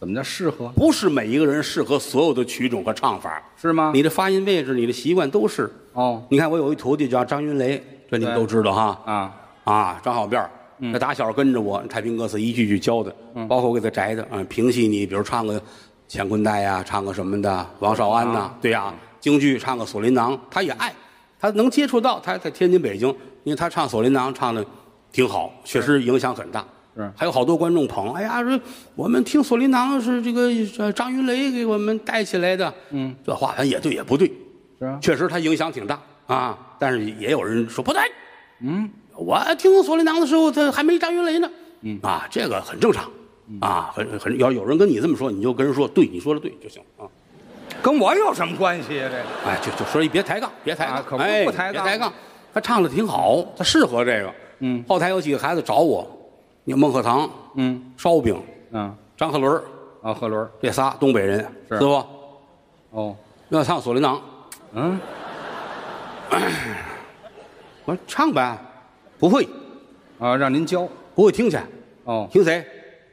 Speaker 3: 怎么叫适合？
Speaker 2: 不是每一个人适合所有的曲种和唱法。
Speaker 3: 是吗？
Speaker 2: 你的发音位置、你的习惯都是。
Speaker 3: 哦
Speaker 2: 你看，我有一徒弟叫张云雷，这你们
Speaker 3: 对
Speaker 2: 都知道哈。
Speaker 3: 啊，
Speaker 2: 啊，张小辫儿，他打小跟着我，太平歌词一句句教的，包括我给他摘的，嗯，评戏你比如唱个《乾坤带》呀，唱个什么的，王少安呐、对呀、京剧唱个《锁麟囊》，他也爱，他能接触到，他在天津、北京，因为他唱《锁麟囊》唱的挺好，确实影响很大。
Speaker 3: 是
Speaker 2: 还有好多观众捧，哎呀，说我们听《锁麟囊》是这个呃张云雷给我们带起来的，嗯，这话咱也对也不对，
Speaker 3: 是啊，
Speaker 2: 确实他影响挺大啊，但是也有人说不对，嗯，我听锁麟囊的时候，他还没张云雷呢，嗯啊，这个很正常，啊，很很要有人跟你这么说，你就跟人说，对，你说的对就行啊，
Speaker 3: 跟我有什么关系啊呀？这个
Speaker 2: 哎，就就说一别抬杠，别抬杠，
Speaker 3: 啊可不
Speaker 2: 哎
Speaker 3: 不抬
Speaker 2: 别
Speaker 3: 杠
Speaker 2: 抬杠，他唱的挺好，他适合这个，嗯，后台有几个孩子找我，你孟鹤堂、
Speaker 3: 嗯
Speaker 2: 烧饼、
Speaker 3: 嗯
Speaker 2: 张鹤伦
Speaker 3: 啊，贺伦
Speaker 2: 这仨东北人，
Speaker 3: 是
Speaker 2: 不？
Speaker 3: 哦
Speaker 2: 要唱锁麟囊，
Speaker 3: 嗯
Speaker 2: 我说唱呗，不会，
Speaker 3: 啊，让您教
Speaker 2: 不会听去，
Speaker 3: 哦
Speaker 2: 听谁？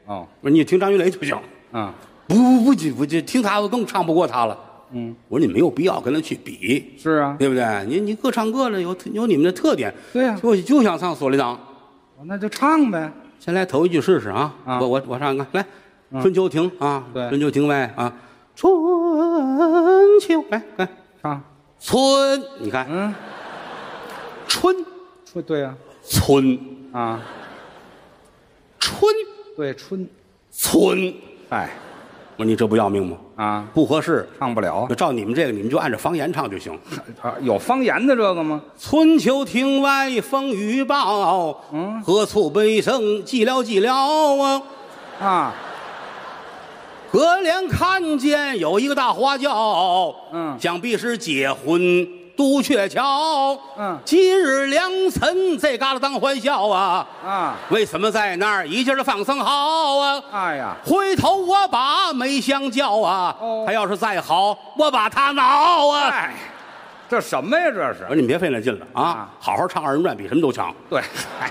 Speaker 3: 哦
Speaker 2: 我说你听张云雷就行。
Speaker 3: 啊
Speaker 2: 不不不不，不就听他我更唱不过他了。
Speaker 3: 嗯
Speaker 2: 我说你没有必要跟他去比，
Speaker 3: 是啊，
Speaker 2: 对不对？你你各唱各的，有有你们的特点。
Speaker 3: 对啊呀
Speaker 2: 就就想唱《锁麟囊》，
Speaker 3: 哦那就唱呗
Speaker 2: 先来头一句试试啊！
Speaker 3: 啊嗯
Speaker 2: 我我我唱一个来，春秋亭》啊，
Speaker 3: 对
Speaker 2: 春秋亭外》啊，春秋来来
Speaker 3: 唱
Speaker 2: 春，你看
Speaker 3: 嗯，
Speaker 2: 春
Speaker 3: 春对呀
Speaker 2: 春
Speaker 3: 啊
Speaker 2: 春
Speaker 3: 对春
Speaker 2: 春，
Speaker 3: 哎
Speaker 2: 我说你这不要命吗？
Speaker 3: 啊
Speaker 2: 不合适，
Speaker 3: 唱不了
Speaker 2: 就照你们这个，你们就按照方言唱就行。
Speaker 3: 啊，有方言的这个吗？
Speaker 2: 春秋亭外风雨暴，
Speaker 3: 嗯
Speaker 2: 何处悲声寂寥寂寥啊！
Speaker 3: 啊
Speaker 2: 隔帘看见有一个大花轿，
Speaker 3: 嗯
Speaker 2: 想必是结婚渡鹊桥，
Speaker 3: 嗯
Speaker 2: 今日良辰这旮旯当欢笑啊！
Speaker 3: 啊
Speaker 2: 为什么在那儿一劲儿的放声嚎啊？
Speaker 3: 哎呀
Speaker 2: 回头我把梅香叫啊，
Speaker 3: 哦
Speaker 2: 他要是再好，我把他挠啊！
Speaker 3: 哎，这什么呀这是
Speaker 2: 我？说你们别费那劲了啊，
Speaker 3: 啊
Speaker 2: 好好唱二人转比什么都强。
Speaker 3: 对，哎，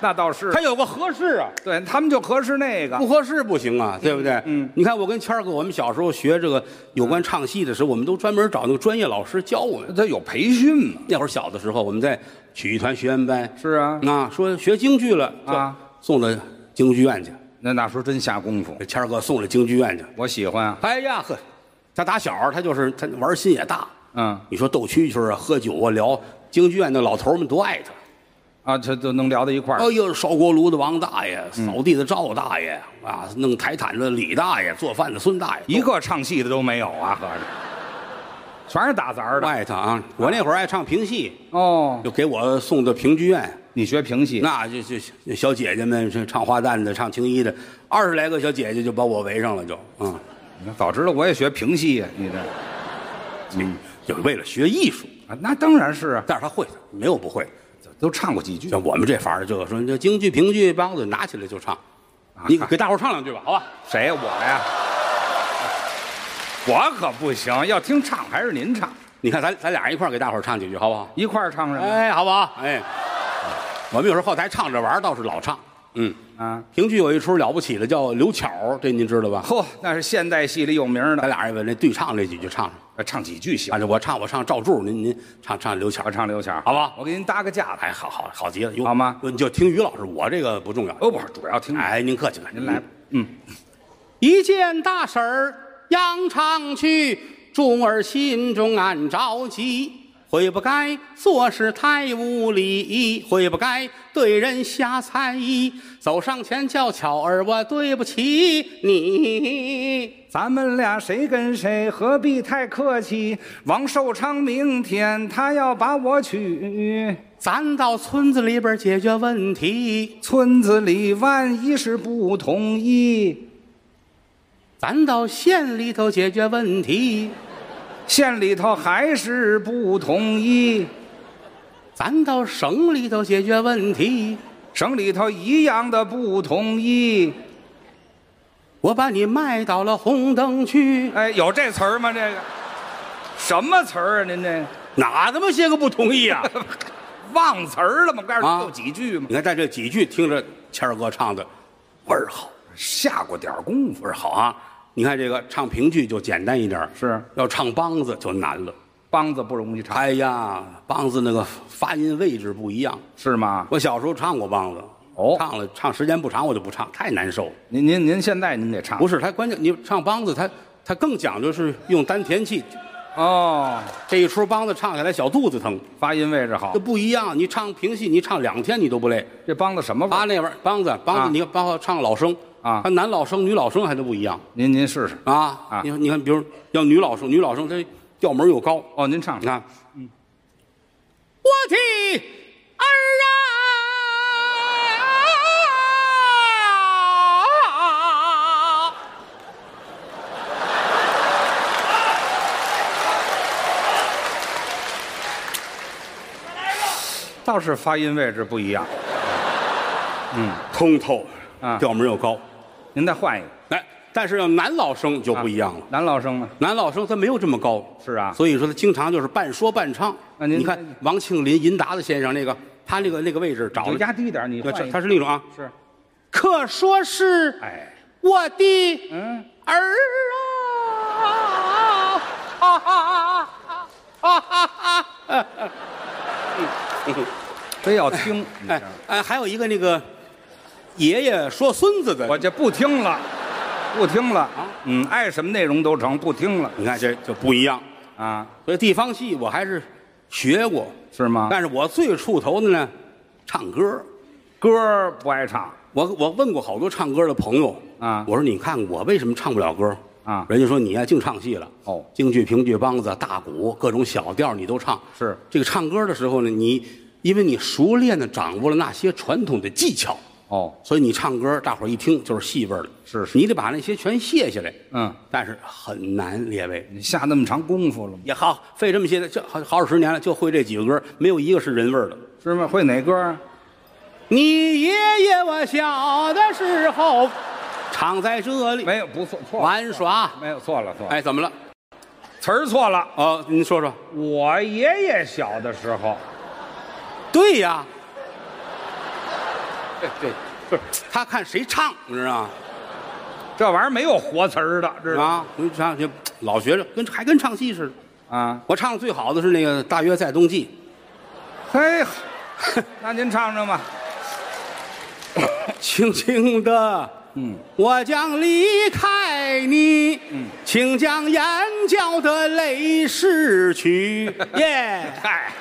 Speaker 3: 那倒是
Speaker 2: 他，有个合适啊。
Speaker 3: 对他们就合适那个
Speaker 2: 不合适不行啊，对不对？
Speaker 3: 嗯
Speaker 2: 你看我跟谦儿哥，我们小时候学这个有关唱戏的时候，我们都专门找那个专业老师教我们。
Speaker 3: 他有培训嘛？
Speaker 2: 那会儿小的时候，我们在曲艺团学员班，
Speaker 3: 是啊，
Speaker 2: 啊，说学京剧了
Speaker 3: 啊，
Speaker 2: 就送到京剧院去，
Speaker 3: 那那时候真下功夫，
Speaker 2: 给谦儿哥送到京剧院去。
Speaker 3: 我喜欢啊，
Speaker 2: 哎呀呵，他打小儿他就是他玩心也大，
Speaker 3: 嗯
Speaker 2: 你说斗蛐蛐儿啊、喝酒啊、聊京剧院的老头儿们多爱他。
Speaker 3: 啊，这都能聊到一块儿
Speaker 2: 哎，呦，烧锅炉的王大爷，
Speaker 3: 嗯
Speaker 2: 扫地的赵大爷啊，弄台毯子的李大爷，做饭的孙大爷，
Speaker 3: 一个唱戏的都没有啊，合着，全是打杂儿的
Speaker 2: 爱他啊！我那会儿爱唱评戏，
Speaker 3: 哦。
Speaker 2: 就给我送到评剧院，
Speaker 3: 你学评戏，
Speaker 2: 那就就小姐姐们是唱花旦的、唱青衣的，二十来个小姐姐就把我围上了，就嗯，
Speaker 3: 那早知道我也学评戏呀，你这
Speaker 2: 嗯就是为了学艺术。
Speaker 3: 啊，那当然是啊，
Speaker 2: 但是他会的，没有不会的。
Speaker 3: 都唱过几句
Speaker 2: 像我们这法儿，就说这京剧、评剧，梆子拿起来就唱。你给大伙儿唱两句吧，好吧？
Speaker 3: 啊谁呀我呀？ 我可不行，要听唱还是您唱，
Speaker 2: 你看咱咱俩人一块儿给大伙儿唱几句，好不好？
Speaker 3: 一块儿唱什么？
Speaker 2: 哎，好不好？哎，我们有时候后台唱着玩儿倒是老唱，嗯。
Speaker 3: 啊，
Speaker 2: 评剧有一出了不起的叫《刘巧儿》，这您知道吧？
Speaker 3: 嚯，那是现代戏里有名
Speaker 2: 咱
Speaker 3: 的，
Speaker 2: 俩人把那对唱这几句唱上。
Speaker 3: 呃唱几句行
Speaker 2: 啊，。这我唱我唱赵柱，您您唱唱刘巧
Speaker 3: 我，唱刘巧，
Speaker 2: 好吧
Speaker 3: 我给您搭个架子。
Speaker 2: 哎，好好好极了，哟
Speaker 3: 好吗
Speaker 2: 你就听于老师，我这个不重要。
Speaker 3: 哦，不是，主要听你。
Speaker 2: 哎，您客气了，
Speaker 3: 您来吧。嗯，
Speaker 2: 一见大婶儿扬长去，珠儿心中暗着急，悔不该做事太无礼，悔不该对人瞎猜疑。走上前叫巧儿，我对不起你。
Speaker 3: 咱们俩谁跟谁，何必太客气？王寿昌明天他要把我娶，
Speaker 2: 咱到村子里边解决问题，
Speaker 3: 村子里万一是不同意，
Speaker 2: 咱到县里头解决问题。
Speaker 3: 县里头还是不同意，
Speaker 2: 咱到省里头解决问题，
Speaker 3: 省里头一样的不同意。
Speaker 2: 我把你卖到了红灯区。
Speaker 3: 哎，有这词儿吗？这个什么词儿啊？您这
Speaker 2: 哪那么些个不同意啊？
Speaker 3: 忘词儿了吗？告诉
Speaker 2: 啊
Speaker 3: 你就几句嘛，
Speaker 2: 你看，在这几句听着谦儿哥唱的味儿好，
Speaker 3: 下过点儿功夫
Speaker 2: 味。儿好啊！你看这个唱评剧就简单一点儿，
Speaker 3: 是
Speaker 2: 要唱梆子就难了。
Speaker 3: 梆子不容易唱，
Speaker 2: 哎呀，梆子那个发音位置不一样。
Speaker 3: 是吗？
Speaker 2: 我小时候唱过梆子，
Speaker 3: 哦
Speaker 2: 唱了唱时间不长我就不唱，太难受了。
Speaker 3: 您您您现在您给唱
Speaker 2: 不是，它关键你唱梆子，它它更讲究是用丹田气，
Speaker 3: 哦，
Speaker 2: 这一出梆子唱起来小肚子疼，
Speaker 3: 发音位置好
Speaker 2: 这。不一样。你唱评戏，你唱两天你都不累。
Speaker 3: 这梆子什么味
Speaker 2: 他
Speaker 3: 儿？
Speaker 2: 那玩意儿梆子梆
Speaker 3: 啊
Speaker 2: 子，你看包括唱老生
Speaker 3: 啊
Speaker 2: 他男老生女老生还都不一样
Speaker 3: 您您试试。
Speaker 2: 啊
Speaker 3: 啊。
Speaker 2: 你看你看，比如要女老生，女老生她调门儿又高，
Speaker 3: 哦，您唱
Speaker 2: 你
Speaker 3: 唱。
Speaker 2: 看，我的儿啊！
Speaker 3: 倒是发音位置不一样。
Speaker 2: 通透
Speaker 3: 啊，
Speaker 2: 调门儿又高。
Speaker 3: 您再换一个，
Speaker 2: 哎，但是要男老生就不
Speaker 3: 啊
Speaker 2: 一样了。
Speaker 3: 男老生呢？
Speaker 2: 男老生他没有这么高，
Speaker 3: 是啊
Speaker 2: 所以说他经常就是半说半唱。
Speaker 3: 那您
Speaker 2: 你看王庆林、银达子先生那个，他那个那个位置找
Speaker 3: 就
Speaker 2: 了
Speaker 3: 压低点儿，你
Speaker 2: 对
Speaker 3: 换
Speaker 2: 他
Speaker 3: 一个
Speaker 2: 他是那种啊，
Speaker 3: 是，
Speaker 2: 可说是
Speaker 3: 哎，
Speaker 2: 我的
Speaker 3: 嗯，
Speaker 2: 儿啊！哈哈哈哈哈！
Speaker 3: 非要听。你
Speaker 2: 哎
Speaker 3: 听
Speaker 2: 哎，还有一个那个爷爷说孙子的，
Speaker 3: 我这不听了，不听了。嗯，爱什么内容都成，不听了
Speaker 2: 你看这就不一样。
Speaker 3: 啊？
Speaker 2: 所以地方戏我还是学过，
Speaker 3: 是吗？
Speaker 2: 但是我最出头的呢，唱歌。
Speaker 3: 歌儿不爱唱
Speaker 2: 我我问过好多唱歌的朋友
Speaker 3: 啊
Speaker 2: 我说你看我为什么唱不了歌
Speaker 3: 啊
Speaker 2: 人家说你呀、净唱戏了
Speaker 3: 哦
Speaker 2: 京剧、评剧、梆子、大鼓各种小调你都唱
Speaker 3: 是
Speaker 2: 这个唱歌的时候呢，你因为你熟练的掌握了那些传统的技巧，
Speaker 3: 哦，
Speaker 2: 所以你唱歌大伙儿一听就是戏味儿了，
Speaker 3: 是是
Speaker 2: 你得把那些全卸下来，
Speaker 3: 嗯，
Speaker 2: 但是很难，列位。
Speaker 3: 你下那么长功夫了吗？
Speaker 2: 也好，费这么些，这好好几十年了，就会这几个歌，没有一个是人味儿的。
Speaker 3: 是吗？会哪歌儿？
Speaker 2: 你爷爷我小的时候，常在这里
Speaker 3: 没有，不错，错了，
Speaker 2: 玩耍。
Speaker 3: 没有错了，错了，
Speaker 2: 哎，怎么了？
Speaker 3: 词儿错了。
Speaker 2: 哦，您说说。
Speaker 3: 我爷爷小的时候，
Speaker 2: 对呀，对对，不是他看谁唱，你知道吗？
Speaker 3: 这玩意儿没有活词儿的，知道吗？
Speaker 2: 啊，你唱去，老学着，跟还跟唱戏似的。
Speaker 3: 啊，
Speaker 2: 我唱的最好的是那个《大约在冬季》，
Speaker 3: 嘿，哎 那您唱唱吧。
Speaker 2: 轻轻的，
Speaker 3: 嗯，
Speaker 2: 我将离开你，
Speaker 3: 嗯
Speaker 2: 请将眼角的泪拭 去，耶、
Speaker 3: 嗨，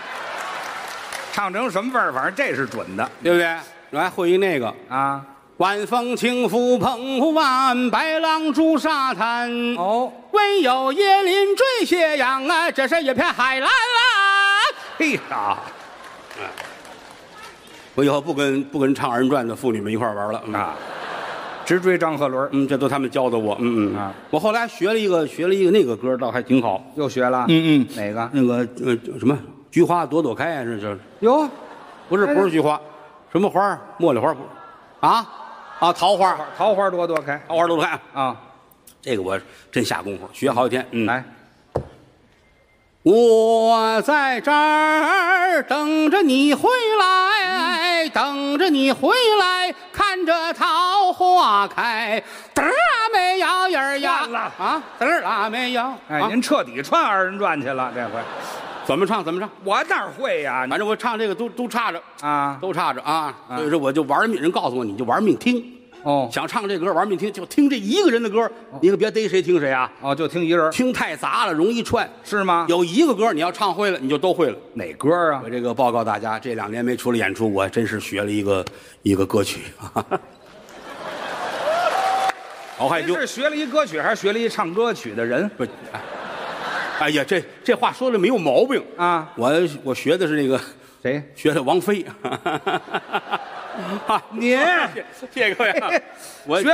Speaker 3: 唱成什么味儿，反正这是准的
Speaker 2: 对不对？我还会一那个。
Speaker 3: 啊。
Speaker 2: 晚风轻拂澎湖湾，白浪逐沙滩。
Speaker 3: 哦，
Speaker 2: 唯有椰林缀斜阳啊，这是一片海蓝啊！
Speaker 3: 嘿呀，
Speaker 2: 我以后不跟不跟唱二人转的妇女们一块儿玩了嗯
Speaker 3: 啊，直追张鹤伦，
Speaker 2: 嗯，这都他们教的我，嗯嗯
Speaker 3: 啊
Speaker 2: 我后来学了一个学了一个那个歌，倒还挺好，
Speaker 3: 又学了。
Speaker 2: 嗯嗯
Speaker 3: 哪个？
Speaker 2: 那个呃什么菊花朵朵开啊，是是，
Speaker 3: 哟，
Speaker 2: 不是
Speaker 3: 哎
Speaker 2: 不是菊花，什么花儿？茉莉花不？啊啊，桃花，
Speaker 3: 桃花朵朵开
Speaker 2: 桃花朵朵开，
Speaker 3: 啊！
Speaker 2: 这个我真下功夫，学好几天，嗯，
Speaker 3: 来，
Speaker 2: 我在这儿等着你回来，等着你回来，看着桃花开。嘚儿啊没摇人儿呀
Speaker 3: 算了
Speaker 2: 啊，嘚儿啊没摇。
Speaker 3: 哎，
Speaker 2: 啊
Speaker 3: 您彻底串二人转去了，这回
Speaker 2: 怎么唱怎么唱，
Speaker 3: 我哪会呀？
Speaker 2: 反正我唱这个都都差着，
Speaker 3: 啊，
Speaker 2: 都差着啊。
Speaker 3: 啊
Speaker 2: 所以说我就玩命，人告诉我你就玩命听，
Speaker 3: 哦
Speaker 2: 想唱这歌玩命听，就听这一个人的歌，你可别逮谁听谁啊，
Speaker 3: 哦，就听一人儿
Speaker 2: 听太杂了容易串。
Speaker 3: 是吗？
Speaker 2: 有一个歌你要唱会了，你就都会了。
Speaker 3: 哪歌儿啊
Speaker 2: 我？这个报告大家，这两年没出来演出，我还真是学了一个一个歌曲， 好害
Speaker 3: 您
Speaker 2: 羞。
Speaker 3: 是学了一歌曲，还是学了一唱歌曲的人
Speaker 2: 不，哎哎呀，这这话说的没有毛病。
Speaker 3: 啊？
Speaker 2: 我我学的是那个，
Speaker 3: 谁？
Speaker 2: 学的王菲。 啊
Speaker 3: 您
Speaker 2: 谢谢各位啊、我
Speaker 3: 学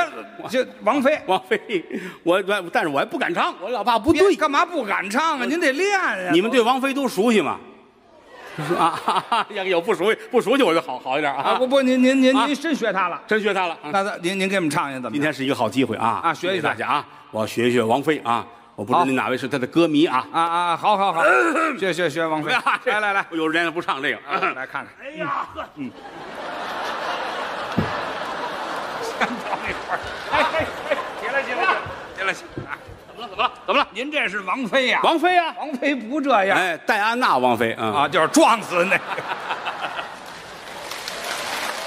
Speaker 3: 这王菲
Speaker 2: 王菲，我我但是我还不敢唱，我老怕不
Speaker 3: 别
Speaker 2: 对。
Speaker 3: 干嘛不敢唱啊？您得练呀。
Speaker 2: 你们对王菲都熟悉吗？啊哈哈， 要有不熟悉不熟悉我就好好一点
Speaker 3: 啊
Speaker 2: 啊。
Speaker 3: 不不，您您您
Speaker 2: 啊
Speaker 3: 您真学他了？
Speaker 2: 真学她了啊。
Speaker 3: 那那您您给我们唱一怎么
Speaker 2: 今
Speaker 3: 样？
Speaker 2: 天是一个好机会啊！
Speaker 3: 啊学一学
Speaker 2: 谢谢大家啊！我要学一学王菲啊，我不知道您哪位是他的歌迷啊？
Speaker 3: 啊啊，好好好，学学学王菲，来来来，
Speaker 2: 有人家不唱这个，
Speaker 3: 来看看，
Speaker 2: 哎呀，呵嗯。
Speaker 3: 起来起来起来起来，
Speaker 2: 怎么了？怎么了？怎么了？
Speaker 3: 您这是王菲呀？
Speaker 2: 王菲啊，哎
Speaker 3: 王菲不这样
Speaker 2: 哎，戴安娜王妃啊，
Speaker 3: 哎啊，就是撞死那。